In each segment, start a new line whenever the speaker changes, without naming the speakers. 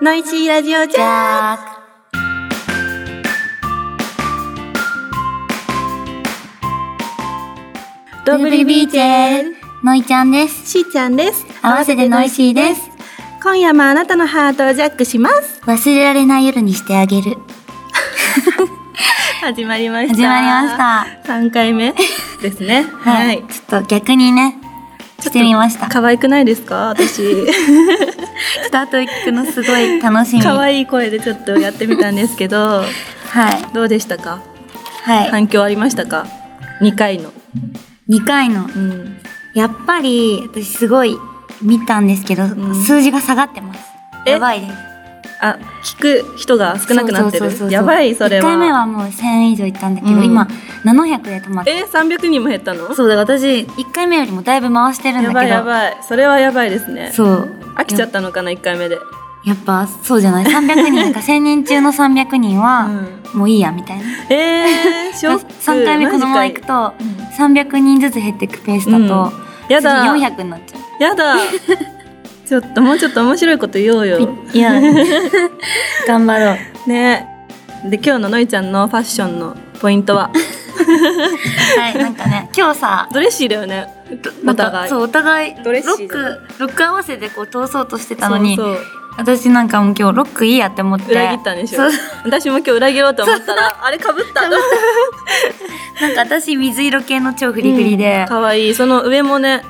ノイシーラジオジャック。ドブリビーチェン、
のいちゃんです。
しーちゃんです。
合わせてノイシーです。
今夜もあなたのハートをジャックします。
忘れられない夜にしてあげる。
始まりました。
始まりまし。た。
3回目ですね。 はい。
ちょっと逆にね、してみました。ちょ
可愛くないですか 私。
っと後行くのすごい楽しみ。
可
はい。
愛い声でちょっとやってみたんですけど、
は
どうでしたか
い。
反響ありましたか ?2 回の。
2回の。
うん。
やっぱり、私すごい見たんですけど、
ん
数字が下がってます。
え
やばいです。
あ、聞く人が少なくなって
そうそうそうそう
る。やばい、それは。
1回目はもう1000以上行ったんだけど、
うん
今、700で止まって。
え、300人も減ったの
そうだ、私、1回目よりもだいぶ回してるんだ
や
けど。
ばいやばい。それはやばいですね。
そう。
飽きちゃったのかな、1回目で。
やっぱそうじゃない300人 なんか1000人中の300人は、
うん
もういいやみたいな
え ー、ショック。
3回目このまま行く
マジか
と
うん
300人ずつ減っていくペースだと、
やだ。
次400になっちゃ
や だ。ちょっともうちょっと面白いこと言おうよ。
うい や頑張ろう
ね。で、今日ののいちゃんのファッションのポイントは。
はいなんか ね今日さ
ドレッシーだよね。
な
お
んか
互い。
そうお互いロ
ドレッシー
ック
だ
ロック合わせでこう通そうとしてたのに
そうそう
私なんかもう今日ロックいいやって思って
裏切ったんでしょ
そう。
私も今日裏切ろうと思ったら、あれ被 った。
なんか私水色系の超フリフリで、
可愛い。その上もね、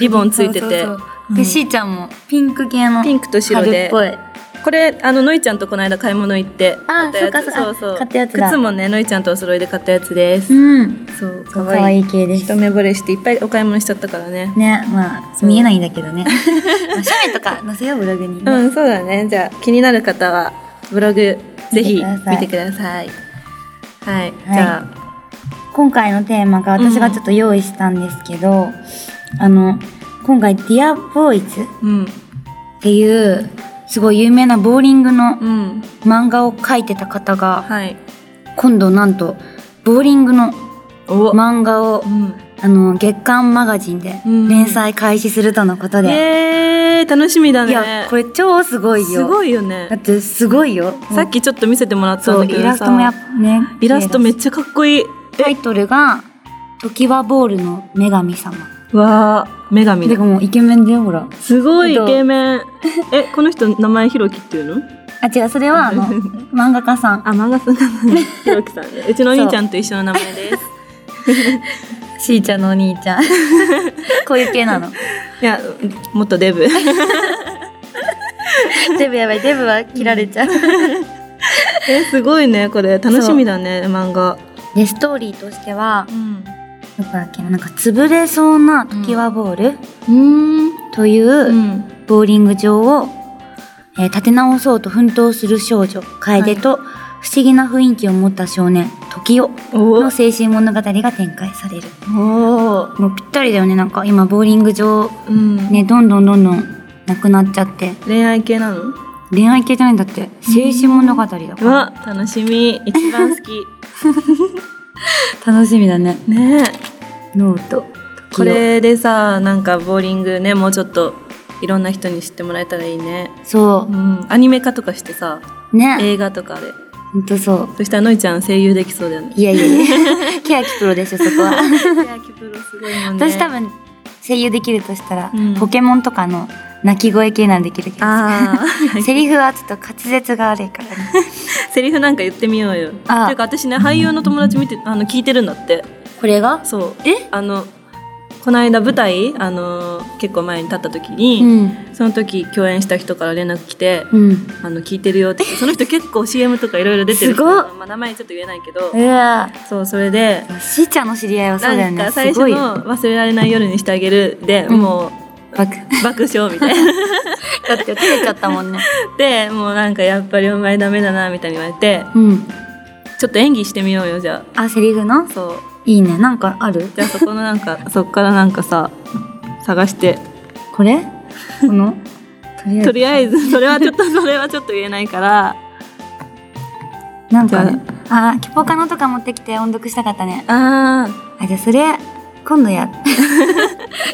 リボンついてて
そう。そうそう
う
で
ん
しーちゃんもピンク系の
ピンクと白
春っ
で。
ぽい
これあののいちゃんとこの間買い物行って
あー
買ったやつ
そっかそっか
そうそう
買ったやつだ
靴もねのいちゃんとお揃いで買ったやつです、
うん
そうか
可
わいい
愛い系です
一目惚れしていっぱいお買い物しちゃったからね
ねまあ
う
見えないんだけど ねまあ写メとか載せようブログに、
うん、そうだねじゃあ気になる方はブログぜひ見
見
て
て
く
く
ださいはい、
はい
じゃ
今回のテーマが
うん
私がちょっと用意したんですけど、あの今回「ディアボーイズっ
あうん
ていうすごい有名なボーリングの
うん
漫画を描いてた方が
はい
今度なんとボーリングの
お
漫画を
うん
あの月刊マガジンで
うん
連載開始するとのことで、
えー、楽しみだね
いやこれ超すごいよ
すごいよ
だっ
ね
てすごいよ
さっきちょっと見せてもらったん
そう
だけど
イ
さ
ラストもやっぱね
イラストめっ
ゃ
ちゃかっこいい
タイトルが「常盤ボールの女神様」
わあ女神だ
てかもうイケメンだよほら
すごいイ
あと
ケメン。 え、この人名前ひろきっていうの？
あ違うそれは あの漫画家さん
あ、漫画さんかな。 ひろきさんね。うちのお兄ちゃんと一緒の名前です。
しーちゃんのお兄ちゃん こういう系なの
いや、もっとデブ。
デブやばいデブは切られちゃう
え、すごいね。これ楽しみだね。漫画。
でストーリーとしては
うん。
どこだっけななんか潰れそうな常盤ボール、
うん。。
といううんボーリング場を、えー立て直そうと奮闘する少女楓と、不思議な雰囲気を持った少年時代
お
の青
お。
春物語が展開される
おお。
もうぴったりだよねなんか今ボーリング場
うん。
ねどんどんどんどんなくなっちゃって
恋愛系なの？
恋愛系じゃないんだって青春物語だから、
うわ、楽しみ。一番好き。
楽しみだね
ねえ。
ノート
これでさ、なんかボーリングね、もうちょっといろんな人に知ってもらえたらいいね。
そ
うん。アニメ化とかしてさ、
うね
映画とかで。
ほんとそう
そしたらのいちゃん声優できそうだ よね。
いやいやい やケヤキプロでしょそこは、
キプロすごいもん
私多分声優できるとしたら、
うん
ポケモンとかの鳴き声系なんできるけど
あ あ
セリフはちょっと滑舌が悪いからね
セリフなんか言ってみようよ。
あー
っていうか私ね俳優の友達見てあの聞いてるんだって。
これが
そう。
え
あのこの間舞台あの結構前に立った時
う
に、
ん
その時共演した人から連絡来て。
うん
あの聞いてるよってその人結構 CM とかいろいろ出てる人
すご
まあ、名前ちょっと言えないけど
うわ
そうそれで
しーちゃんの知り合いはそうだよ
なん
ね
か最
す
初
ごい
の「
よ
忘れられない夜にしてあげる」で、
うん
も
バク
う爆笑みたいな
だって照れちゃったもんね
でもうなんかやっぱりお前ダメだなみたいに言われて
うん
ちょっと演技してみようよじゃ
あセリフの
あそう
いいねなんかある
じゃあそこのなんかそっからなんかさ探して
これこ のとりあえ
とりあえ
ず
ずそれはちょっとそれはちょっと言えないから
なんかねあキャポカノとか持ってきて音読したかったね
あ
あじゃあそれ今度や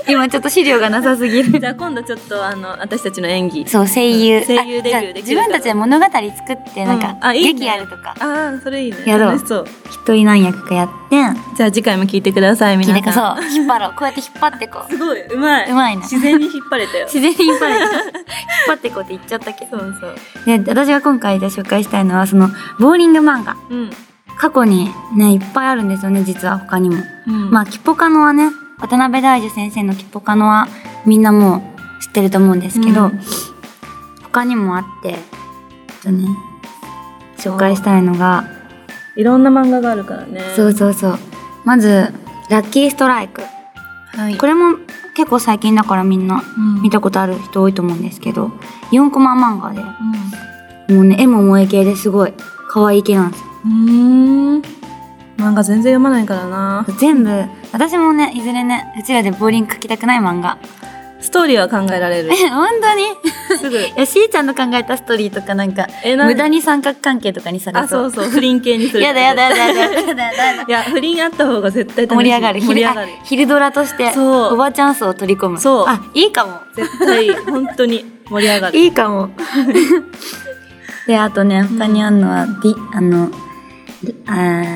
今ちょっと資料がなさすぎる
じゃあ今度ちょっとあの私たちの演技
そう声優
うん声優デビューできる
あじゃあ自分たちで物語作ってなん
う
か
んあいいね
劇やるとか
ああそれいいね
やろう
楽しそう
一人何役かやって
じゃあ次回も聞いてください皆
聞
さ
い
ん
てかそう引っ張ろうこうやって引っ張ってこう
すごいうまいう
まいな
自然に引っ張れたよ
自然に引っ張れた引っ張ってこうって言っちゃったけど
そうそう
で私が今回じゃあ紹介したいのはそのボーリング漫画
うん、
過去にねいっぱいあるんですよね実は他にも、
うん
まあキポカノはね渡辺大樹先生のキポカノはみんなもう知ってると思うんですけど、
うん
他にもあってえっとね紹介したいのが
いろんな漫画があるからね
そうそうそうまずラッキーストライク
はい
これも結構最近だからみんな
うん
見たことある人多いと思うんですけど4コマ漫画で
う
もうね絵も萌え系ですごい可愛い系なんですよ
んうーん漫画全然読まないからな
全部私もねいずれねうちらでボーリング描きたくない漫画
ストーリーは考えられる
え 本当に
すぐ
いやしーちゃんの考えたストーリーとかなんか
えなん
無駄に三角関係とかにされ
あ
そ
そううそう不倫系にする
やだやだやだやだやだやだやだ
いや不倫あった方が絶対楽しい
盛り上がる
盛り上がる
昼あ昼ドラとして
そう
おばちゃん層を取り込む
そう
あいいかも
絶対本当に盛り上がる
いいかも。 で、あとね、他にあるのは、ディあの、あ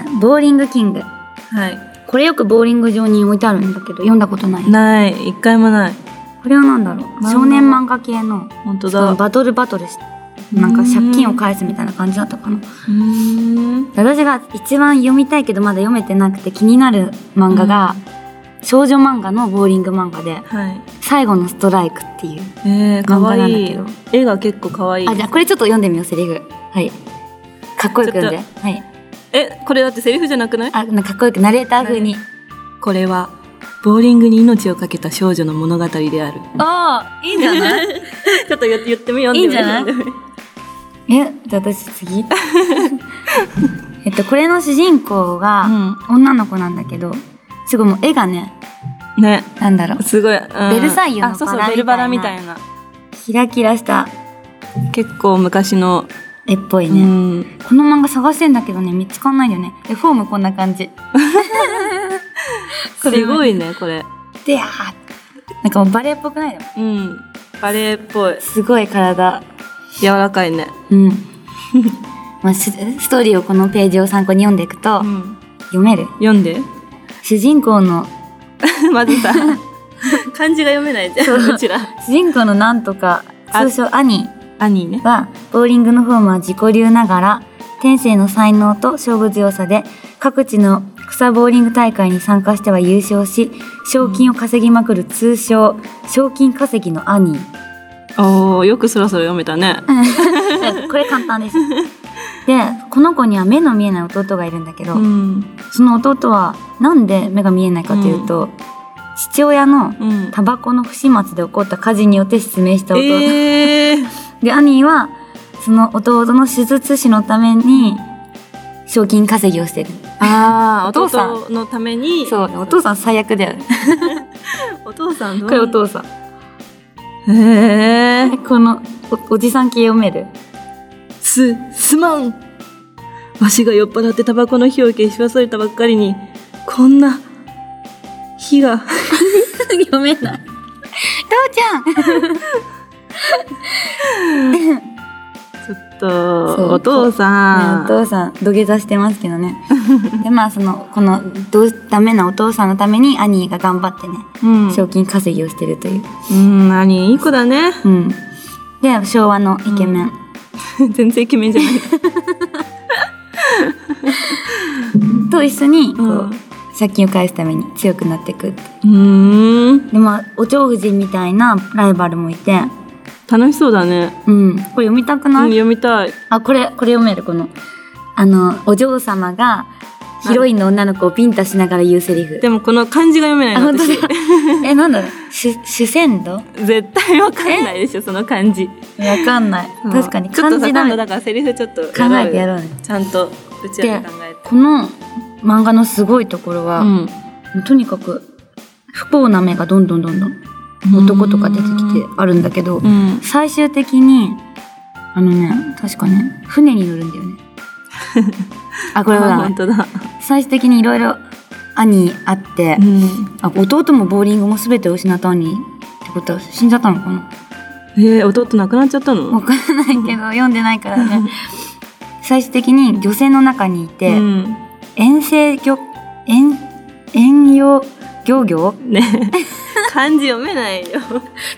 ーボーリングキング。
はい
これよくボーリング場に置いてあるんだけど、読んだことない。
ない一回もない
これは何だろう
漫画
少年漫画系の、
本当
そ
だ
の
う
バトルバトルしなんか借金を返すみたいな感じだったかな。
ーん
私が一番読みたいけどまだ読めてなくて気になる漫画が、少女漫画のボーリング漫画で、
はい
最後のストライクっていう。
えー、かわいい
漫画なんだ
絵が結構かわいい
あ、じゃあこれちょっと読んでみよう、セリフ。はい。かっこよく読んで。
ちょ
はい。
えこれだってセリフじゃなくない
あ、なんかかっこよくナレーター風に。
これはボーリングに命をかけた少女の物語である
ああ、いいんじゃ ない
ちょっと言って言ってみよう
いいんじゃないえ、じゃあ私次。 えっと、これの主人公が女の子なんだけど、すごいもう絵がね、
ね
なんだろう、
すごい、うん
ベルサイユの
あそうそう
バラみたい
ベ
な
ルバラみたいな
キラキラした
結構昔の、
絵っぽいうね。
ん
この漫画探してんだけどね、見つかんないよね。で、フォームこんな感じ。これ
すごいねこれ
でやーなんかもうバレエっぽくない
う
の
んバレエっぽい
すごい体。
柔らかいね、
うん。 まあ、しストーリーをこのページを参考に読んでいくと、
うん、
読める
読んで
主人公の
まずさ 漢字が読めないじゃんうちら
主人公のなんとか
あ
通称兄
兄ね
はボーリングのフォームは自己流ながら天性の才能と勝負強さで各地の草ボーリング大会に参加しては優勝し賞金を稼ぎまくる通称賞金稼ぎ の兄
おーよくそろそろ読めたね
これ簡単ですでこの子には目の見えない弟がいるんだけど、
うん
その弟はなんで目が見えないかというと、父親の
うん
タバコの不始末で起こった火事によって失明した弟、
えー、
で兄はその弟の手術師のために賞金稼ぎをしてる
あー
お父さん
弟のために
そうお父さん最悪だよ
お父さんどう
これお父さん
へえ
えこのおおじさん系読める
す、すまんわしが酔っ払ってタバコの火を消し忘れたばっかりに、こんな、火 が。
読めない父ちゃん
ちょっと
そう、
お父さ
ねお
ん。
父さん土下座してますけど ねでまあそのこのどうダメなお父さんのために兄が頑張ってね
うん
賞金稼ぎをしてるという、
うん、何いい子だ ね。
うん、で昭和のイケメン、
全然イケメンじゃない。
と一緒にこう、
うん
借金を返すために強くなっていくって
うーん、
でまあお蝶夫人みたいなライバルもいて
楽しそうだね。
うんこれ読みたく
うん
ない、
読みたい。
あこれこれ読めるこのあのお嬢様がヒロインの女の子をビンタしながら言うセリフ
でもこの漢字が読めない
あ
の
本当
私
だ えなんだろう主主戦度わ
絶対わかんないでしょ、その漢字。
かんない確かに
うんちょっ
漢
とさ
字
今度
だ
だからセリフちょっと
考えてやろうね
ちゃんとうちらで考えて。
この漫画のすごいところは、
ん。
とにかく不幸な目がどんどんどんどん男とか出てきてあるんだけど、
うん。
最終的にあのね確かね 船に乗るんだよねあこれは
本当だ。
最終的にいろいろ兄あって、
うん。
あ弟もボーリングも全てを失った兄ってことは死んじゃったのかな
えー、弟亡くなっちゃったの
わからないけど読んでないから ね最終的に漁船の中にいて、
うん。
遠征漁遠遠洋漁業
ね 漢字読めないよ。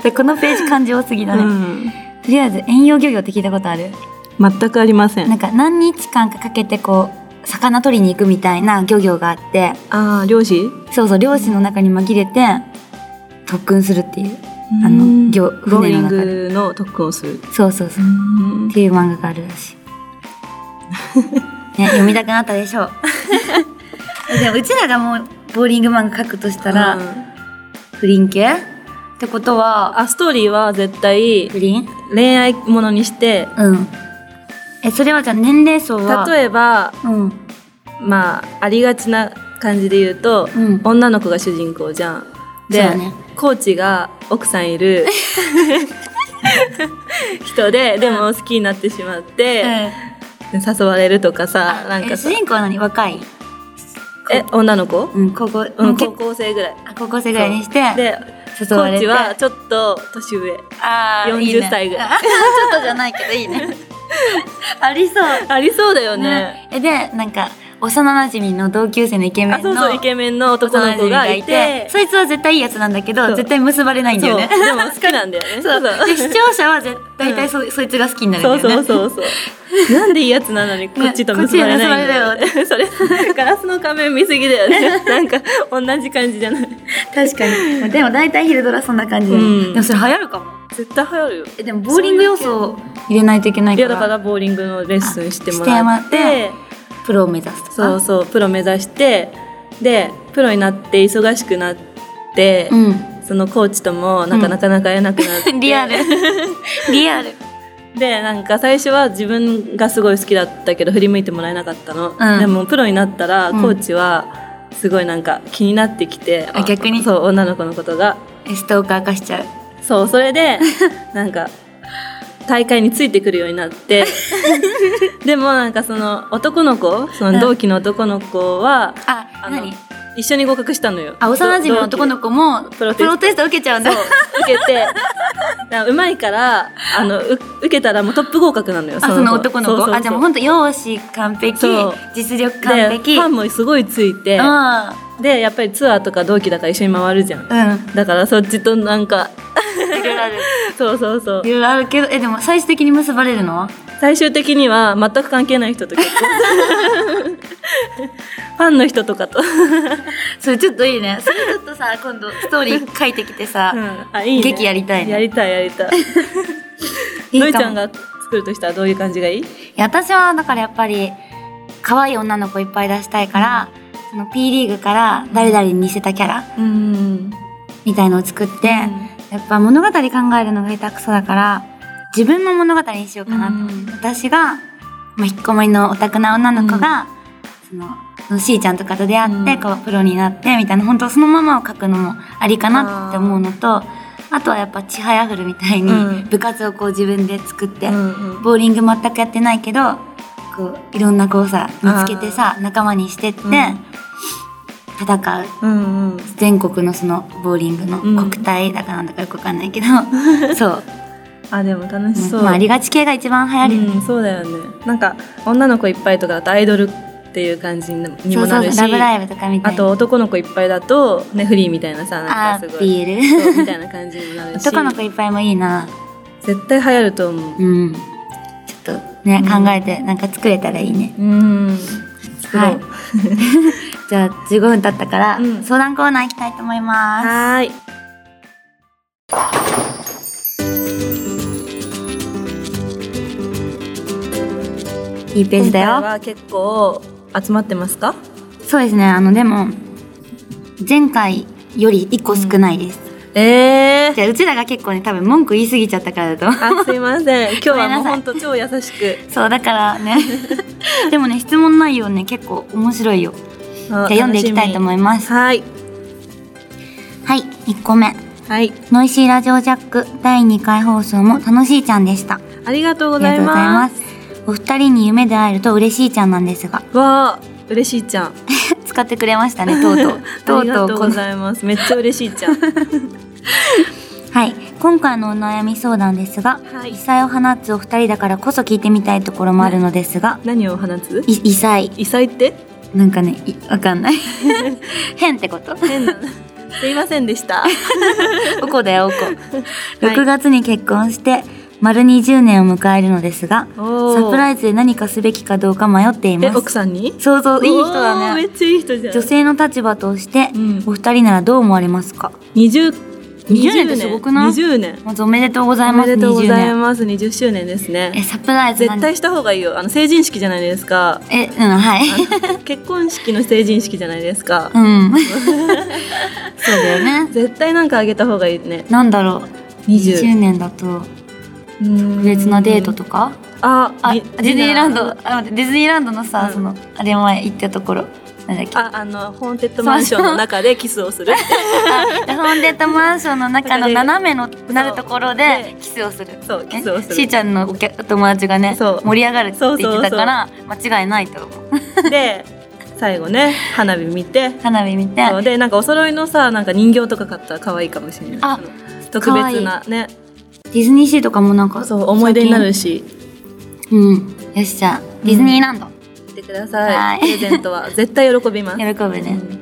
でこのページ漢字多すぎ
う
だね、
ん。
とりあえず遠洋漁業って聞いたことある
全くありません。
なんか何日間かかけてこう魚取りに行くみたいな漁業があって
ああ、漁師
そうそう漁師の中に紛れて特訓するっていうあ
うん
の漁
ボー
船
リン
の中で
グの特訓をする。
そうそうそう
うん
っ。ていう漫画がある らしい、ね、読みたくなったでしょう でもうちらがもうボーリング漫画書くとしたら、不倫系ってことは
あ、ストーリーは絶対
不倫
恋愛ものにして、
うんえそれはじゃあ年齢層はえ
例えば、
うん
まあ、ありがちな感じで言うと、
うん
女の子が主人公じゃん。で、
そうね
コーチが奥さんい る人で、でも好きになってしまって、誘われるとかさ、なん
え
か
主
さ、
人公は何若い
え、女の子、
うん高校、
う、
うんん、結
高
構
校生ぐらい。
あ高校生ぐらいにして
で、コ
誘われ
ー
て
チはちょっと年上。
あーいいね
40歳ぐらい
ちょっとじゃないけどいいね ありそう
ありそうだよね。
ね、えでなんか幼馴染の同級生のイケメ
あ、
ン
そう
の
そう、イケメンの男
男
の
の
子
子
が
が
い
い
て
て、そいつは絶対いいやつなんだけど
そう
絶対結ばれないんだよね
そうでも好きなんだよね。そうそう。
で視聴者は絶大体そ,、そいつが好きになるんだ
そ
よ
う
ね
そうそうそう。 なんでいいやつなのにこっちと結ばれないんだよ。
こっ
ね、それ ガラスの仮面見すぎだよね。なんか同じ感じじゃない。
確かにまあでも大体昼ドラそんな感じで、
うん
でもそれ流行るかも
絶対流行るよ。
えでもボーリング要素を入れないといけない
い
か
やだかららボーリングのレッスンしてもらっ
あしてもら
て、
プロを目指すとか
そうそうプロ目指して、でプロになって忙しくなって、
う
そのコーチともなんか
うん
なかなか会えなくなって、
ん リアルリアル
でなんか最初は自分がすごい好きだったけど振り向いてもらえなかったの、
うん
でもプロになったらコ
うん
ーチはすごいなんか気になってきて、
あ逆に
そう女の子のことが
ストーカー化しちゃう
そうそれ でなんか大会についてくるようになって でもなんかその男の子その同期の男の子は
あ
あの
何
一緒に合格したのよ
あ幼馴染の男の子も
プ
プ
ロ
ロ
テスト
テスト受けちゃうん
そ
だ
う受け てうまいからあのう受けたらもうトップ合格なのよ
あその男の子
そうそうそう
あじゃあもう本当容姿完璧
そう
実力
で
完璧
ファンもすごいついて
あ
でやっぱりツアーとか同期だから一緒に回るじゃん
あうん
だからそっちとなんか
いろいろある
そうそうそう
いろいろあるけどえでも最終的に結ばれるのは
最終的には全く関係ない人と結婚 ファンの人とかと、
それちょっといいねそれちょっとさ今度ストーリー書いてきてさ、
うんあいいね
劇やりたいね
やりたいやりたい
いいかも
のいちゃんが作るとしたらどういう感じがいい
いや私はだからやっぱり可愛い女の子いっぱい出したいから、その P リーグから誰々に似せたキャラ
うん
みたいのを作って、やっぱ物語考えるのが下手くそだから自分の物語にしようかなと、
うん
私が、まあ、引っこもりのオタクな女の子が、そのそのしーちゃんとかと出会って、
うん
こうプロになってみたいな本当そのままを書くのもありかなって思うのとあとはやっぱちはやふるみたいに
うん
部活をこう自分で作って、
うんうん
ボーリング全くやってないけどこういろんなこうさ見つけてさ仲間にしてって、
うん
戦
う
う
んうん
全国のそのボーリングの
うん
国体だかなんだかよくわかんない けど、そう
あでも楽しそう、
まあありがち系が一番流行るよね、
うん、そうだよねなんか女の子いっぱいとかだとアイドルっていう感じにに
そ
も
うそ
な
う
るし
ラブライブとかみた
あ
い
と
な
男の子いっぱいだとねフリーみたいなさな
あ
んかすごい
BL
そうみたいな感じになるし
男の子いっぱいもいいな
絶対流行ると思う
うんちょっとね、
うん
考えてなんか作れたらいいね
うん作ろう
はいじゃあ15分経ったから、
うん
相談コーナー行きたいと思います
はーい
いいページだ
今回
よ
は結構集まってますか
そうですねあのでも前回より1個少ないです、
え
じ
ー
ゃあうちらが結構ね多分文句言い過ぎちゃったからだと思う
あすいま せん今日はもう
ごめんなさ
ほ
い
んと超優しく
そうだから ねでもね質問内容ね結構面白いよ
じゃ
じゃあ読んでいきたいと思います
はい
はい1個目
はい
ノイシーラジオジャック第2回放送も楽しいちゃんでした
ありがとうご
あり
ざ
がと
いう
ござい
ま
ますすお二人に夢で会えると嬉しいちゃんなんですが
わあ嬉しいちゃん
つ使ってくれましたね、とうとう。
あ
と
り
う
が
と
と
う
う
こ
ご
の、
ざいます。めっちゃ嬉しいじゃん。
はい。今回のお悩み相談ですが、
はい
異彩を放つお二人だからこそ聞いてみたいところもあるのですが、
何を放つ？
い異彩。
異彩って？
なんかね、いわかんない。 変ってこと
変な。 すいませんでした。
おこだよ、おこ。
はい
6月に結婚して、丸20年を迎えるのですが、
おー
サプライズで何かすべきかどうか迷ってい
え
ま
奥
す。
さんに？
想像いい人だ
おーめ
ね。
っちゃいい人じゃん。
女性の立場として、
うん
お二人ならどう思われますか
二十
20年ってすごくない
二十年。
まずおめでとうござい
お
ま
め
す、
でとうご
20
ざい
年。
ます。二十周年です
え、
ね。
サプライズ
絶
何
対した方がいいよ。あの成人式じゃないです か。
え、うん、はい。
結婚式の成人式じゃないですか。
うん。そうだよね。
絶対なんかあげた方がいいね。
なんだろう。
20
20年だと、特別なデートとか
あ
あ、デ
み
ィズニーランド、
ディナ
あ、待ってディズニーランドのさ、
うん
その、あれ前行ったところ、なんだっけ。
ああのホーンテッドマンションの中でキスをす る
あホーンデッドマンションの中の
で
斜めのなるところで
で
キスをする。
そうキスをす
ね
る
しーちゃんのお客お友達がね
そう
盛り上がるって言ってたから間違いないと思う
で最後ね花火見て
花火見て
そうでなんかお揃いのさなんか人形とか買ったら可愛いかもしれない
あ
その特別なね
ディズニーシーとかもなんか
そう思い出になるし
最近うんよしじゃあディズニーランド、
行ってくださ
はいい
プレゼントは絶対喜びます
喜ぶね、
うん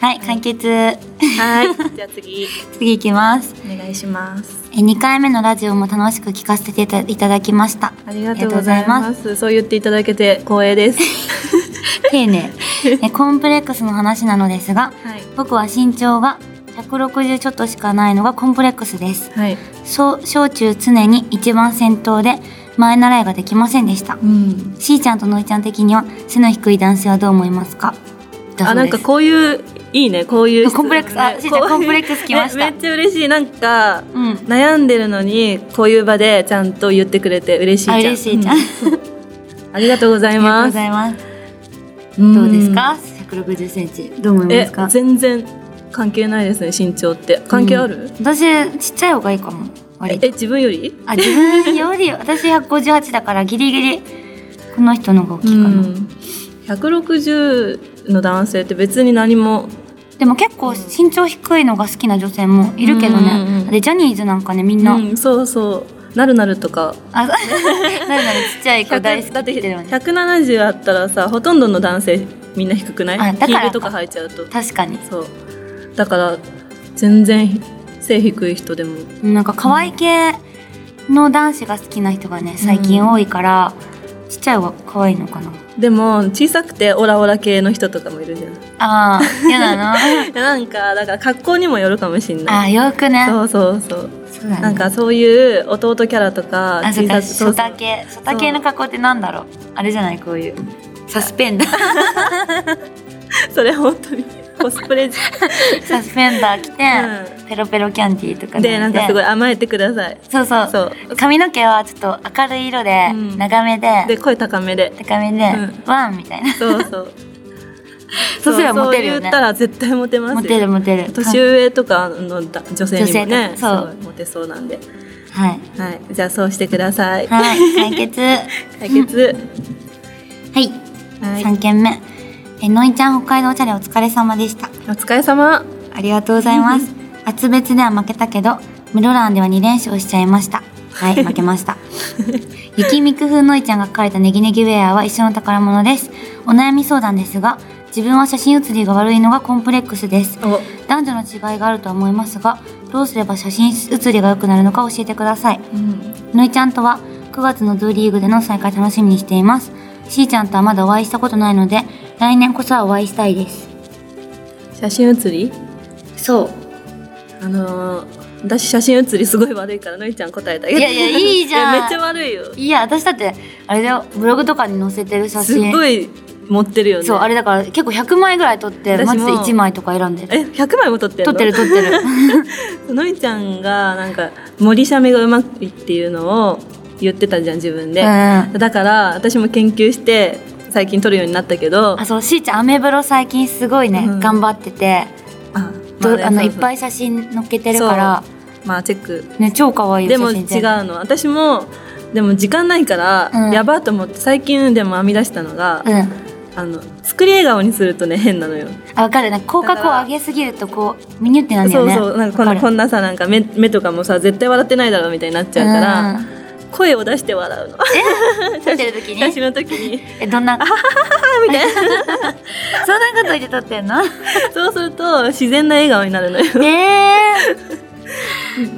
はい完結
はいじゃあ次
次行きます
お願いします
え2回目のラジオも楽しく聞かせていたいただきました
ありがとうございますそう言っていただけて光栄です
丁寧えコンプレックスの話なのですが
はい
僕は身長が160ちょっとしかないのがコンプレックスです
はい
小小中常に一番先頭で前習いができませんでした
うん
しーちゃんとのいちゃん的には背の低い男性はどう思いますかだそうです
あなんかこういういいねこういう質問
コンプレックスあしーちゃん
こういう
コンプレックス来ました
ねめっちゃ嬉しいなんか
うん
悩んでるのにこういう場でちゃんと言ってくれて嬉しいじゃ
あ
ん
嬉しいじゃん、
うありがとうござい
ありがとう
ま
ご
す
ざいます
ん
どうですか160センチどう思いま
え
すか
全然関係ないですね身長って関係ある、
うん私ちっちゃい方がいいかも割と
え自分より
あ自分より私158だからギリギリこの人の方が大きいかな、
うん160の男性って別に何も
でも結構身長低いのが好きな女性もいるけどね、
うんうんうん
でジャニーズなんかねみんな、
うん、そうそうなるなるとか
あ なんだろうちっちゃい子大好き
だっ
って
て
言ってるもんね
170あったらさほとんどの男性みんな低くない
あだから
ヒ
か
ールとか履いちゃうと
確かに
そうだから全然背低い人でも
なんか可愛い系の男子が好きな人がね最近多いから、ちっちゃい方が可愛いのかな
でも小さくてオラオラ系の人とかもいるじゃない
あー嫌だな
いやなんかだから格好にもよるかもしん
あ
ない
ーよくね
そうそうそう
そうだね
なんかそういう弟キャラとか
あそっ
小さ
か
くそうそ
初タ
う
系初タ系の格好ってなんだろうあれじゃないこういうサスペンダー
それ本当に コスプレじ
サスペンダー着て、ペロペロキャンディーと
ゃ
か
んでなんかすご
い
い甘えてください
そうそう
そう
髪の毛はちょっと明るい色で、
うん
長めで
で声高めで
高めで、
うん
ワンみたいな
そうそう
そうすればモテるよ
そう言
ね
ったら絶対モテますよ
モテるモテる
年上とかのだ女性にも
女性
ね
とそう
すごいモテそうなんで
はい
はいじゃあそうしてください
はい解 決は
解決
い、
は
三
い
3件目えのいちゃん北海道チャレお疲れ様でした
お疲れ様
ありがとうございます 厚別では負けたけど室蘭では2連勝しちゃいましたはい負けま した雪見く風のいちゃんが書かれたネギネギウェアは一緒の宝物ですお悩み相談ですが自分は写真写りが悪いのがコンプレックスです
お
男女の違いがあるとは思いますがどうすれば写真写りが良くなるのか教えてくださいのいちゃんとは9月のドゥーリーグでの再会楽しみにしていますしーちゃんとはまだお会いしたことないので来年こそはお会いしたいです
写真写り
そう
あのー、私写真写りすごい悪いからのりちゃん答えてあげて
いやいやいいじゃん
いやめっちゃ悪いよ
いや私だってあれだよブログとかに載せてる写
すっ
真
ごい持ってるよね
そうあれだから結構100枚ぐらい撮って
私も
マジで1枚とか選んでる
え100枚も撮ってる
撮
の
ってる撮って る
のりちゃんがなんか森写メがうまいっていうのを言ってたじゃん自分で、
うん
だから私も研究して最近撮るようになったけど
あそうしーちゃんアメブロ最近すごいね、
うん
頑張ってて、
あ
どあのいっぱ
い
い写真載っけてるから
まあチェック
ね超可愛い
で
よ
も違
写
う
真全部
の私もでも時間ないから、
うん
やばと思って最近でも編み出したのが、
うん
あの作り笑顔にするとね変なのよ
あわかるなんか口角を上げすぎるとこうミニュってなんだよね
そうそうなんかこんな
わ
こ
る
んなさなんか目目とかもさ絶対笑ってないだろうみたいになっちゃうから、声を出して笑う の
うん撮ってる時
私
に
の時に
えどんなみたいな そんなこと言って撮って んの
そうすると自然な笑顔になるのよ
えー、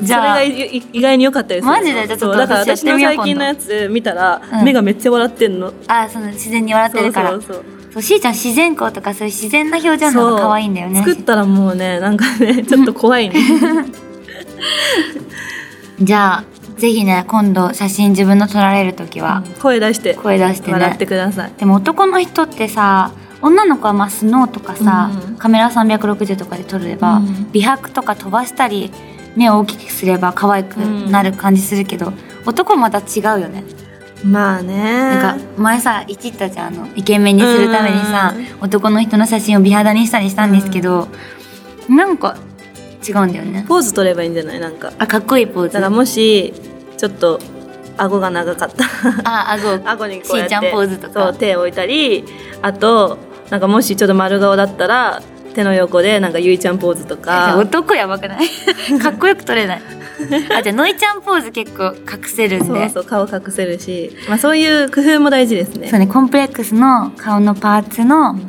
じ
それ
ゃあ
がいい意外に良かったりするの
マジでじゃあちょ
そ
っと
うだから
私や
私の
ってみよう
最近のやつ見たら、
うん
目がめっちゃ笑ってんの
あその自然に笑って
そう
るから
そ
そう
うそう
しーちゃん自然光とかそういう自然な表情の方が可愛いんだよね
作ったらもうねなんか ねちょっと怖いね
じゃあぜひね今度写真自分の撮られる時は
声出して
声出してね、
笑ってください
でも男の人ってさ女の子はまあスノーとかさ、
うん
カメラ360とかで撮れば、
うん
美白とか飛ばしたり目を大きくすれば可愛くなる感じするけど、男もまた違うよね
まあね
なんか前さいじったじゃんあのイケメンにするためにさ、男の人の写真を美肌にしたりしたんですけど、なんか違うんだよね
ポーズ取ればいいんじゃないなんか
あかっこいいポー
だから
ズ
もしちょっと顎が長かったら
あ顎を
顎にこうやって
しーちゃんポーズと
そ
か
う手を置いたりあとなんかもしちょっと丸顔だったら手の横でなんかゆいちゃんポーズとか
男やば くないかっこよく撮れないあじゃあノイちゃんポーズ結構隠せるんで
そうそう顔隠せるし、まあ、そういう工夫も大事ですね
そうねコンプレックスの顔のパーツの、
ん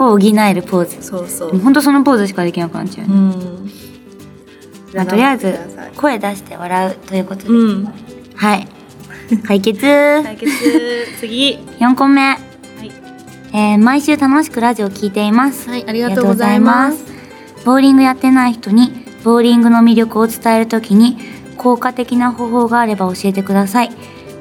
を補えるポーズ
そうそう
本当そのポーズしかできなくなっちゃうよ
う
ね、
ん
まあとりあえ
頑
ず
張ってください
声出して笑うということで、
うん
はい 解決、
対決次
4個目、
い
えー毎週楽しくラジオを聞いています
はいありがとうございます
ありがとうございますボーリングやってない人にボーリングの魅力を伝えるときに効果的な方法があれば教えてください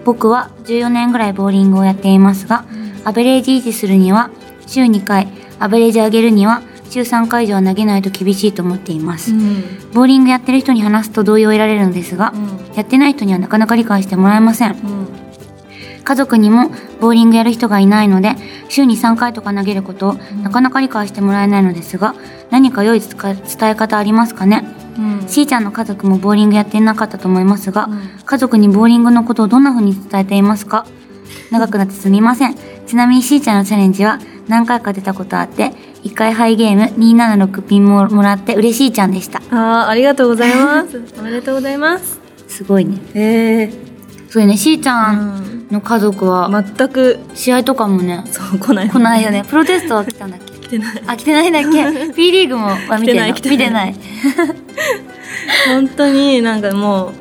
僕は14年ぐらいボーリングをやっていますがアベレージ維持するには週2回アベレージ上げるには週3回以上は投げないと厳しいと思っています、
ん
ボーリングやってる人に話すと同意を得られるのですが、
うん
やってない人にはなかなか理解してもらえませ
う
ん
ん
家族にもボーリングやる人がいないので週に3回とか投げることをなかなか理解してもらえないのですが何か良い使い伝え方ありますかね
うん
しーちゃんの家族もボーリングやっていなかったと思いますが、
うん
家族にボーリングのことをどんな風に伝えていますか長くなってすみませんちなみにしーちゃんのチャレンジは何回か出たことあって1回ハイゲーム276ピンももらって嬉しいちゃんでした
あーありがとうございます。 おめでとうございます。
すごいね
ええ
そうよねしーちゃん
う
の家族は
ん、全く
試合とかもね
そう来ない。
来ないよねプロテストは来たんだっけ
来てない。
あ、来てないんだ っけ ?P リーグもは見てない。
来てない
見てない。
本当になんかも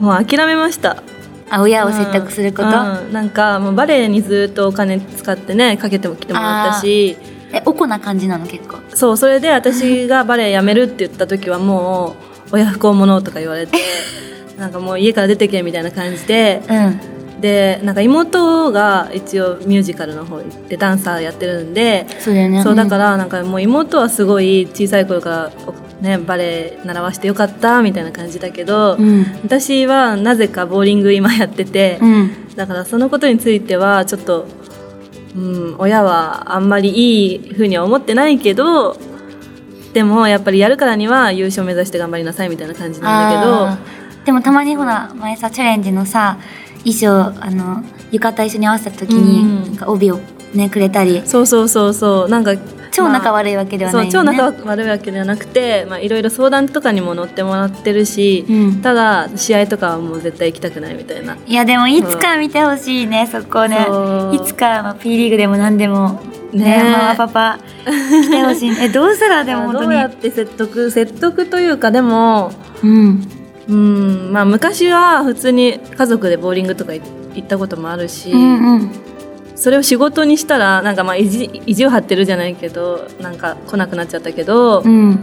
うもう諦めました。
あ、親を説得すること。
うんうんなんかもうバレエにずっとお金使ってねかけても来てもらったし、
え、おこな感じなの結構。
そうそれで私がバレエやめるって言った時はもう親不孝者とか言われ て。なんかもう家から出てけみたいな感じで
うん。
でなんか妹が一応ミュージカルの方行ってダンサーやってるんで
そうだよね。。
そうだかららなんかもう妹はすごい小さい頃からおねバレエ習わしてよかったみたいな感じだけど、
うん。
私はなぜかボーリング今やってて、
うん。
だからそのことについてはちょっと、うん、親はあんまりいいふうには思ってないけどでもやっぱりやるからには優勝目指して頑張りなさいみたいな感じなんだ
あーでもたまにほら、前さ、チャレンジのさ、衣装、あの、浴衣一緒に合わせた時に、
うん
なんか帯をね、くれたり
けど、そうそうそうそうなんか
超仲
まあ
悪いわけではない、
そ
ね
う超仲悪いわけではなくてまあいろいろ相談とかにも乗ってもらってるし、
うん。
ただ試合とかはもう絶対行きたくないみたいな、
いやでもいつか見てほしいね、そこね
そう
いつか、まあ、P リーグでも何でもね
ねえ
ママパパ来てほ しい、ね、えどうしたらでも
ど
本当
うやっ
に
て説得説得というかでも
うん
うんまあ昔は普通に家族でボーリングとかい行ったこともあるし、
うんうん
それを仕事にしたらなんかまあ意地意地を張ってるじゃないけどなんか来なくなっちゃったけど、
うん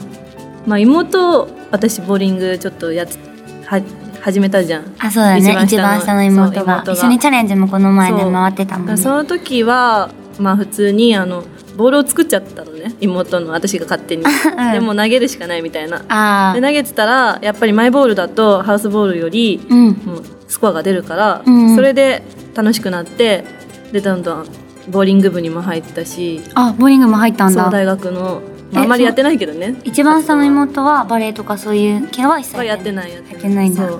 まあ妹私ボーリングちょっとやつは始めたじゃん。
あそうだね一
一
番
番
下
下
の
のそう
妹が
妹が
一緒にチャレンジもこの前ね
そう
回ってた
だ
も
か
ん
ら
ね
その時はまあ普通にあのボールを作っちゃったのね妹の私が勝手に、
ん
でも投げるしかないみたいな
あ
で
ー
投げてたらやっぱりマイボールだとハウスボールより
うん
もうスコアが出るから、
うんうん
それで楽しくなってでどんどんボーリング部にも入ったし
あボーリングも入ったん
そう
だ
大学の、
え
まあ、あんまりやってないけどね
一番下の妹はバレエとかそういう系は一切
はやって
い
ないやって
やってないんだ
そう
い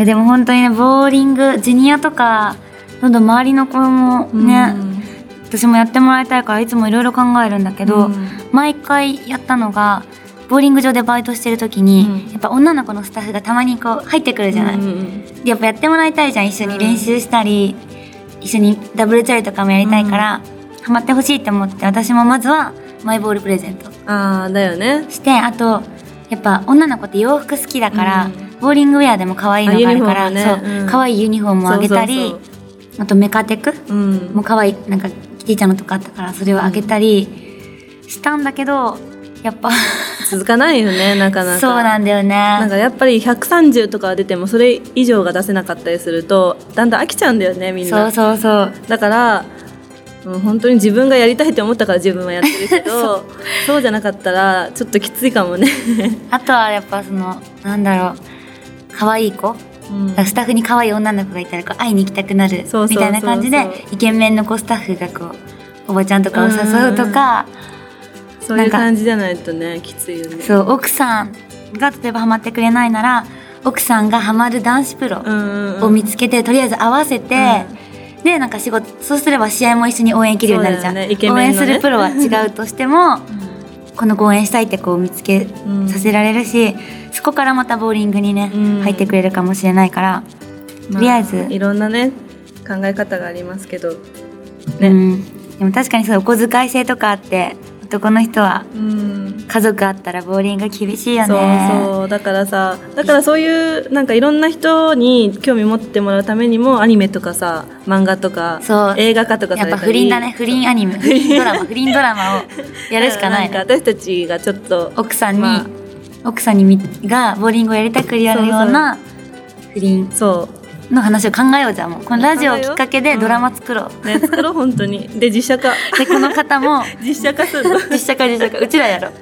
やでも本当にねボーリングジュニアとかどんどん周りの子もね、
うん
私もやってもらいたいからいつもいろいろ考えるんだけど、
うん
毎回やったのがボーリング場でバイトしてる時に、
うん
やっぱ女の子のスタッフがたまにこう入ってくるじゃない、
うんうん
やっぱやってもらいたいじゃん一緒に練習したり、一緒にダブルチャリとかもやりたいから、ハマってほしいと思って私もまずはマイボールプレゼント
うんああだよね
してあとやっぱ女の子って洋服好きだから、
うん
ボーリングウェアでも可愛いのがあるから、
あユニフォームね
そう
うん
可愛いユニフォームをあげたり
そうそう
あとメカテク
うん
も可愛いなんかキティちゃんのとかあったからそれをあげたりしたんだけどやっぱ
続かないよねなかなか
そうなんだよね
なんかやっぱり130とかは出てもそれ以上が出せなかったりするとだんだん飽きちゃうんだよねみん
そう
な
そうそう
だから、うん、本当に自分がやりたいと思ったから自分はやってるけ どそうじゃなかったらちょっときついかもね、
あとはやっぱそのなんだろう可愛い子
うん
スタッフに可愛い女の子がいたらこう会いに行きたくなる
そうそうそうそう
みたいな感じでイケメンの子スタッフがこうおばちゃんとかを誘うとか、
そうい
なん
う
か
感じじゃないとねきついよね
そう奥さんが例えばハマってくれないなら奥さんがハマる男子プロ
うんうんうん
を見つけて、とりあえず合わせて、でなんか仕事そうすれば試合も一緒に応援できるようになるじゃ
そ
ん、
うだよねイケ
応
メ
援
ンのね
するプロは違うとしてもこの子応援したいって子を見つけ
うん
させられるし、そこからまたボーリングにね、
うん
入ってくれるかもしれないから、とりあえず、
まいろんなね考え方がありますけど
う
ね
ん、でも確かにそうお小遣い制とかあって男の人は
うん
家族あったらボーリング厳しいよね
そうそうだからさだからそういうなんかいろんな人に興味持ってもらうためにもアニメとかさ漫画とか
そう
映画化とか
や
さ
っ
れ
ぱ
たり
不倫だね不倫アニメ 不倫ドラマ不倫ドラマをやるしかない
んか私たちがちょっと
奥さんに、
まあ
奥さんにみがボーリングをやりたくやるような不倫
そ
の話を考えようじゃんもうこのラジオをきっかけでドラマ作ろう、
うね作ろう本当にで実写化
でこの方も
実写化するのう
実写化実写化うちらやろう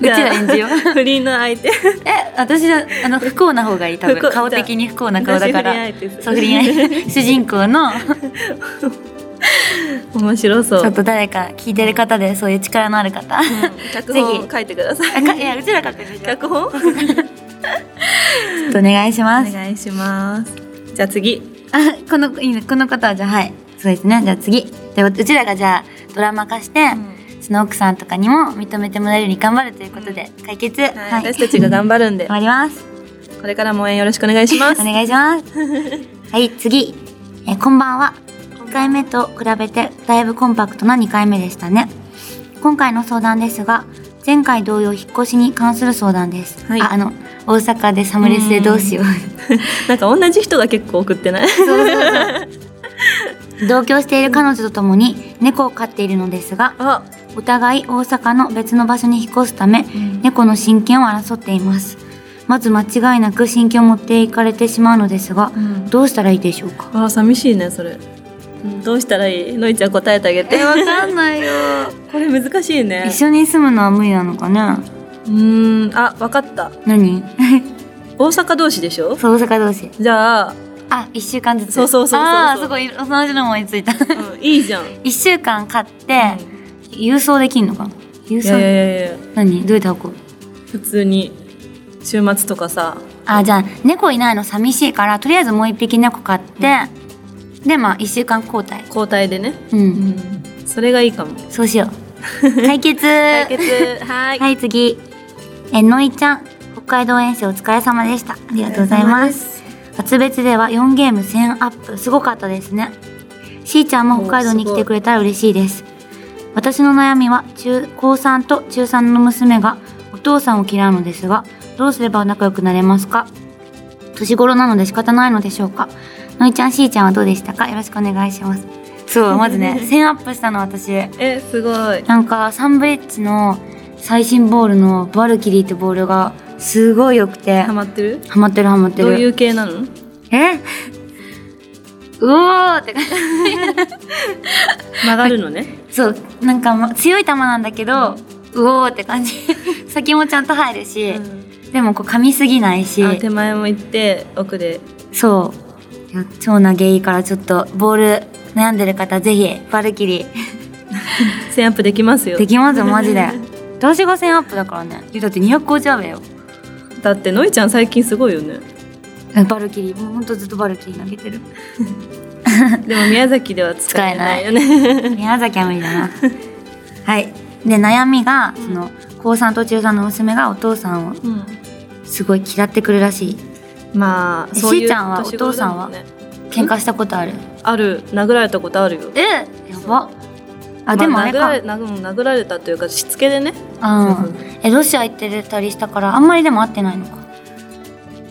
うちら演 じよう
不倫の相手
え私じゃあの不幸な方がいい多
不
分
幸
顔的に不幸な顔だから
私不倫相手です
そう不倫相 手主人公の
面白そう
ちょっと誰か聞いてる方でそういう力のある方、
うん脚本
ぜ
を書いてくださ
あ
い
かいやうちら書くでしょちょっ
脚本お
とお願いします
願いしますじゃあ次
あこのいいねこの方はじゃあはいそうですねじゃあ次でうちらがじゃあドラマ化して、その奥さんとかにも認めてもらえるように頑張るということで解決、
はい私たちが頑張るんで
終わります
これからも応援よろしくお願いします
お願いしますはい次えーこんばんは1回目と比べてだいぶコンパクトな2回目でしたね今回の相談ですが前回同様引っ越しに関する相談です、
はい
ああの大阪でサムレスでどうしよう
なんか同じ人が結構送ってない
そうそうそう同居している彼女と共に猫を飼っているのですが
あ、
お互い大阪の別の場所に引っ越すため、
ん
猫の親権を争っていますまず間違いなく親権を持っていかれてしまうのですが、
ん
どうしたらいいでしょうか
あ寂しいねそれ、どうしたらいいのいちゃん答えてあげて、
かんないよ
これ難しいね
一緒に住むのは無理なのかな
うーんあわかった
何
大阪同士でしょ
そう大阪同士
じゃあ、
あ一週間ずつ
そうそうそうそうそう
ああすごい同じの思いつ いた
うんいいじゃん、
一週間買って、郵送できんのかな郵
い
送
やいやいやいや
何どうやって運ぶ
普通に週末とかさ
あじゃあ猫いないの寂しいからとりあえずもう一匹猫飼って、でまあ一週間交代
交代でね、
う
うんん、それがいいかも
そうしよ う。解決。
解決 はい
はい、次。え、のいちゃん、北海道遠征お疲れ様でした。ありがとうございます。初別では4ゲーム1000アップ、すごかったですね。しーちゃんも北海道に来てくれたら嬉しいです。私の悩みは、中、高3と中3の娘がお父さんを嫌うのですが、どうすれば仲良くなれますか年頃なので仕方ないのでしょうかのいちゃん、しーちゃんはどうでしたかよろしくお願いします。そう、まず ね、1000アップしたの私。
えすごい
なんかサンブリッジの最新ボールのバルキリーってボールがすごい良く
ハ
てハマ
マってる
ってるハマって
ど
る
ういう系なの
えうおーって感じ
曲がるのね
そうなんかま強い球なんだけど、うおーって感じ先もちゃんと入るし、でもこう噛みすぎないし
あ手前も行って奥で
そういや超投げいいからちょっとボール悩んでる方ぜひバルキリー
1000アップできますよ
できますよマジで私が1000アップだからねいやだって250アウェイよ
だって のいちゃん最近すごいよね
バルキリーもうほんとずっとバルキリー投げてる
でも宮崎では使えないよね。
宮崎は無理だなはいで悩みがその高3と中3の娘がお父さん
う
を
ん
すごい嫌ってくるらしい
まあ、
え
そういう
しーちゃんはお
年頃
父さ
だ
ん
も
は
ね
喧嘩したことある
ある殴られたことあるよ。
えやばあでも
ま
あれ
殴
から
れ殴うん殴られたというかしつけでね。
うんえロシア行ってたりしたからあんまりでも会ってないのか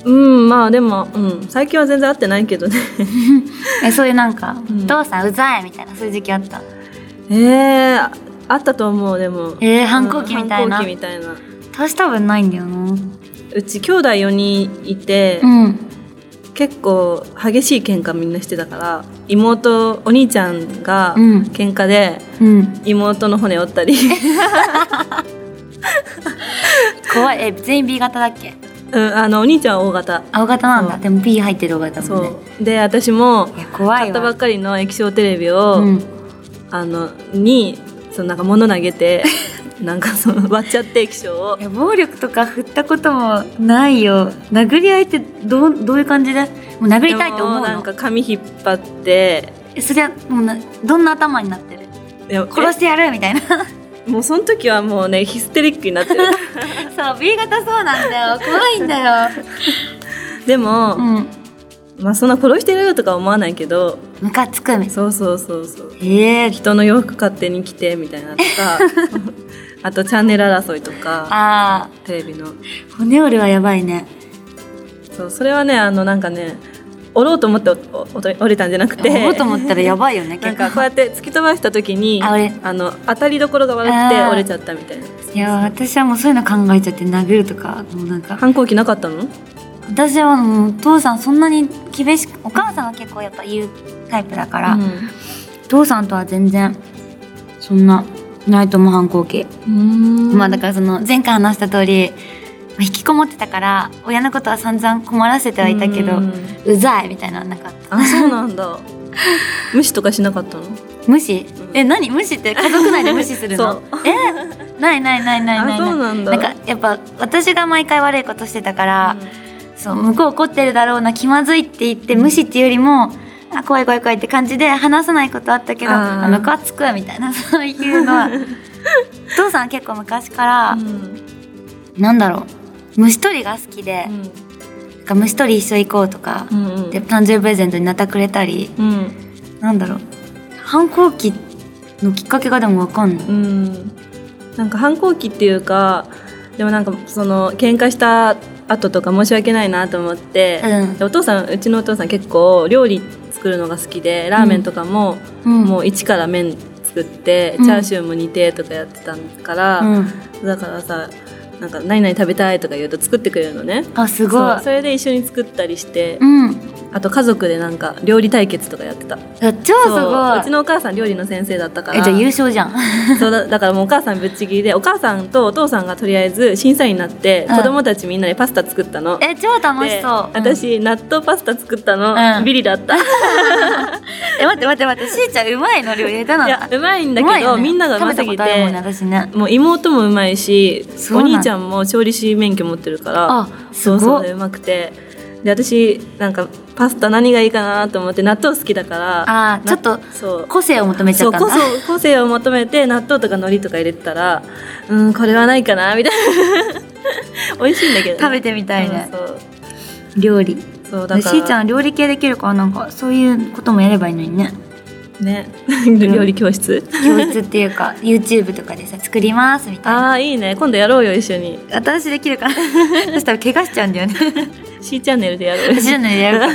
うんまあでも、うん、最近は全然会ってないけどね。
え そういうなんか「
ん
お父さんうざい」みたいなそういう時期あった
ええあったと思うでも。
えー反抗期みたいな
うん反抗期みたいな。
私多分ないんだよな
うち兄弟4人いて、
うん
結構激しい喧嘩みんなしてたから妹お兄ちゃんが
うん
喧嘩で
うん
妹の骨折 ったり、
怖いえ全員 B 型だっけ
うん、あのお兄ちゃんは O 型
青型なんだ
そう
でも B 入ってる青型もんね
そうで私も
いや怖
買
い
ったば
わ
っかりの液晶テレビを、
うん
あのにそのなんか物投げ てなんかその割っちゃって液晶を
いや暴力とか振ったこともないよ殴り合いってどうどういう感じでもう殴りたいと
で
思う
もなん
の
か髪引っ張って
えそりゃもうなどんな頭になってる
いや
殺してやるみたいな
えもうその時はもうねヒステリックになって る
そう B 型そうなんだ よ怖いんだよ
でも、
うん
まあそんな殺してやるよとか思わないけど
ムカつくみたい
そうそうそうそう
ええ
人の洋服勝手に着てみたいなと かあとチャンネル争いとか
あ
テレビの
ー骨折るはやばいね
そうそれはねあのなんかね折ろうと思っておお折れたんじゃなくて
思うと思ったらやばいよ
な
ね結
んか
構
こうやって突き飛ばした時に
あ
あ
俺
の当たりどころが悪くて
あー
折れちゃったみたいない
や私はもうそういうの考えちゃって殴るとかもうなんか
反抗期なかったの
私はもうお父さんそんなに厳しくお母さんは結構やっぱ言うタイプだから、お父さんとは全然そんなないとも反抗期、
うん
まあだからその前回話した通りまあ引きこもってたから親のことは散々困らせてはいたけど、う
うん
ざいみたいなのはなかった
あそうなんだ 無視とかしなかったの
無視
ん
え何無視って家族内で無視する
そ
の
う
えないないないないない
あそうなんだ
なんかやっぱ私が毎回悪いことしてたから、
うん
そう向こう怒ってるだろうな気まずいって言って無視っていうよりも、あ怖い怖い怖いって感じで話さないことあったけど
あー
あムカつくみたいな そういうの はお父さんは結構昔から、
うん
なんだろう虫取りが好きで、なんか虫取り一緒行こうとか
う、んうん
で誕生日プレゼントになたくれたり
うん
なんだろう反抗期のきっかけがでもわかんない。
うんなんか反抗期っていうかでもなんかその喧嘩した後とか申し訳ないなと思って、
うん
でお父さんうちのお父さん結構料理作るのが好きでラーメンとかも、
うん
もう一から麺作って、
うん
チャーシューも煮てとかやってたから、
うん、
だからさなんか何々食べたいとか言うと作ってくれるのね
あすご
そ
いう
それで一緒に作ったりして、
うん
あと家族でなんか料理対決とかやってた
いや超
そ
す
ううち
ごい
のお母さん料理の先生だったから
えじゃあ優勝じゃん
そうだだからもうお母さんぶっちぎりでお母さんとお父さんがとりあえず審査員になって、
うん
子供たちみんなでパスタ作ったの。
え超楽し
で
そう、うん
私、納豆パスタ作ったの、
うん
ビリだった。い
え待って待って待ってしーちゃんうまいの料理下手なん
や
だ、
うまいん
う
だ
ま
け
い
ど、
よね
みんながうますぎ
食べたことあるもんね
て、
私ね
もう妹もうまいし、
そう
お
なんだ
兄ちゃんも調理師免許持ってるから、
あすごい
そうそう、うまくて。で、私、なんか、パスタ何がいいかなと思って、納豆好きだから、
あーちょっと
そう
個性を求めち
そ
ゃっ
う
たん
個
だ
性個性を求めて納豆とか海苔とか入れてたらうんこれはないかな みたいな美味しいんだけど、
食べてみたいね
そう
料理
そうそうだ
し
から
ーちゃん料理系できるからなんかそういうこともやればいいのにね
ね 料理教室
教室っていうか YouTube とかでさ作りますみたいな
ああいいね今度やろうよ一緒に
私でき るからそしたら怪我しちゃうんだよね
C チャンネルでやろうよ
私じゃないやるから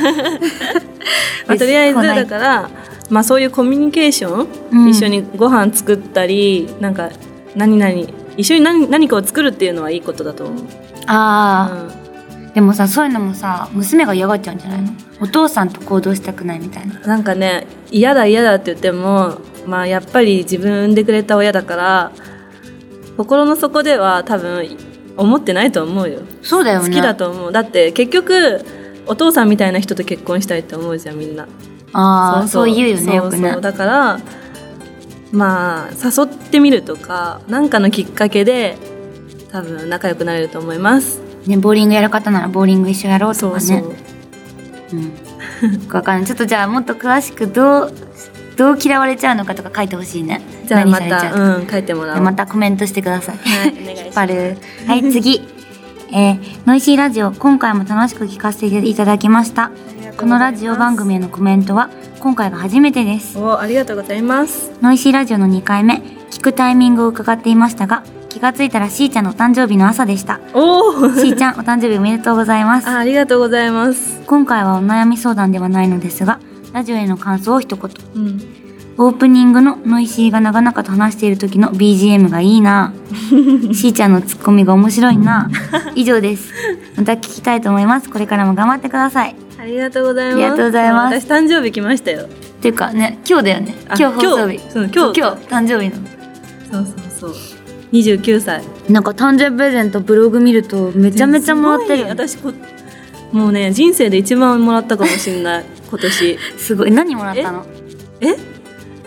まあ、とりあえず
来ない
だから、まあ、そういうコミュニケーション、
うん
一緒にご飯作ったりなんか何々一緒に何何かを作るっていうのはいいことだと思う、
あ
うん
あ、でもさそういうのもさ娘が嫌がっちゃうんじゃないのお父さんと行動したくないみたいな
なんかね嫌だ嫌だって言ってもまあやっぱり自分産んでくれた親だから心の底では多分思ってないと思うよ
そうだよ
好
ね
きだと思うだって結局お父さんみたいな人と結婚したいって思うじゃんみんな
ああそう言うよね
そ
よ
う
く
そう
ね
だからまあ誘ってみるとかなんかのきっかけで多分仲良くなれると思います
ねボーリングやる方ならボーリング一緒やろうと
そ
か
うそう、
ねうんわかんないちょっとじゃあもっと詳しくどうどう嫌われちゃうのかとか書いてほしいね
じゃあ
何
ま
されちゃうとか
た、うん、書いてもらおう。
またコメントしてください。
はいお願いします
引っ張る。はい、次。えーノイシーラジオ、今回も楽しく聞かせていただきました。このラジオ番組へのコメントは、今回が初めてです。
おありがとうございます。
ノイシーラジオの2回目、聞くタイミングを伺っていましたが、気がついたらしーちゃんのお誕生日の朝で した。
おお。
しーちゃん、お誕生日おめでとうございます。
あありがとうございます。
今回はお悩み相談ではないのですが、ラジオへの感想を一言。
うん。
オープニングのノイシーが長々と話している時の BGM がい いなしーちゃんのツッコミが面白いな以上ですまた聞きたいと思いますこれからも頑張ってください
ありがとうございます。
ありがとうございます
私誕生日来ましたよ。
っていうかね今日だよね
あ
今日放送日
今日そう今日
今日誕生日なの
そうそうそう。二十九歳。
なんか誕生日プレゼントブログ見るとめちゃめちゃもらってるよね
すごいね私こもうね人生で一番もらったかもしれ ない今年。
すごい何もらったの
え？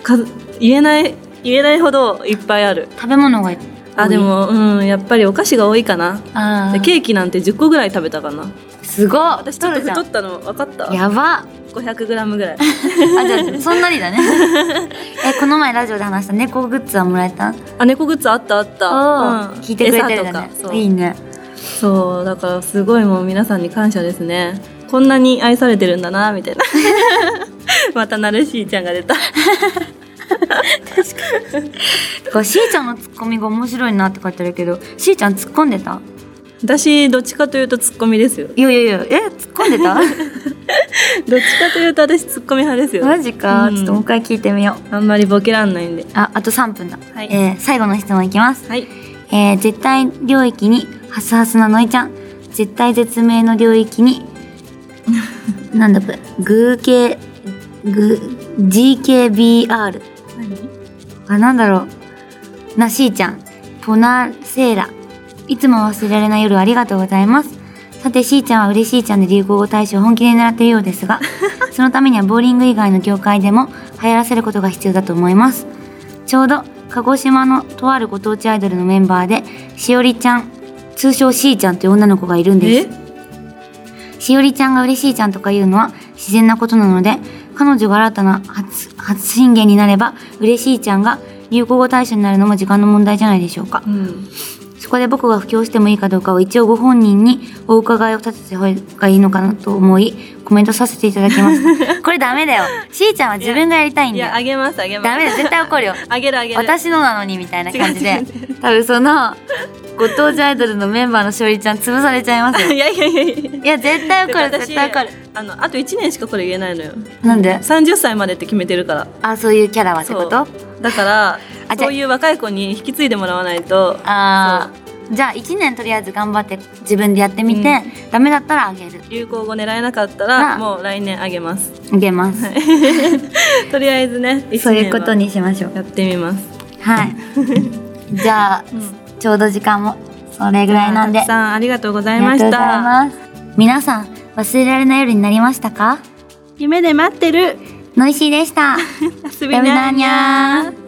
か言えない言えないほどいっぱいある。
食べ物が多い
あでもうんやっぱりお菓子が多いかな。
あー
ケーキなんて10個ぐらい食べたかな。
すごい
私ちょっと太ったの分かった。
やば
500グラムぐらい。
あじゃあそんな にだねえこの前ラジオで話した猫グッズはもらえた
あ猫グッズあったあった。
おー聞いてくれてる
餌
んだね
とかそう
いいね
そうだからすごいもう皆さんに感謝ですねこんなに愛されてるんだなみたいな またナルシーちゃんが出た
てかしーちゃんのツッコミが面白いなって書いてあるけどしーちゃん突っ込んでた
私どっちかというとツッコミですよ
いやいやいやえ突っ込 んでた
どっちかというと私ツッコミ派ですよ
マジか、
うん
ちょっともう一回聞いてみよう
あんまりボケらんないんで
ああと3分だ、
はい
えー最後の質問いきます、
はい
えー絶対領域にハスハスなのいちゃん絶対絶命の領域に なんだこれグー系グー GKBR あなんだろうなしーちゃんポナセーラいつも忘れられない夜ありがとうございますさてしーちゃんは嬉しいちゃんで流行語大賞を本気で狙っているようですがそのためにはボーリング以外の業界でも流行らせることが必要だと思いますちょうど鹿児島のとあるご当地アイドルのメンバーでしおりちゃん通称しーちゃんという女の子がいるんです
え
しおりちゃんが嬉しいちゃんとか言うのは自然なことなので、彼女が新たな発発信源になれば、嬉しいちゃんが流行語大賞になるのも時間の問題じゃないでしょうか
う。ん
そこで僕が布教してもいいかどうかを一応ご本人にお伺いを立てた方がいいのかなと思い、コメントさせていただきました。これダメだよ。しーちゃんは自分がやりたいん
い
だよ
や。あげますあげます
ダメだよ。絶対怒るよ。
あげるあげる
私のなのにみたいな感じ
違
で
う違う違
多分そのご当地アイドルのメンバーのしおりちゃん潰されちゃいます よ
いやいやいやいや
いや絶対怒る
私
絶対怒る
あのあと1年しかこれ言えないのよ
なんで
30歳までって決めてるから
あそういうキャラはってこと
そうだから
あじゃあ
そういう若い子に引き継いでもらわないと
ああじゃあ1年とりあえず頑張って自分でやってみて、ダメだったらあげる
流行語狙えなかった
まあ
らもう来年あげます
あげます、
とりあえずね一年は
そういうことにしましょう
やってみます
はい じゃあ、ちょうど時間もそれぐらいなんで
たくさんありがとうござ
あ
い
りが
ま
と
し
うござい
た
ます皆さん忘れられない夜になりましたか
夢で待ってる
ノイシーでした
遊びなーにゃー
ー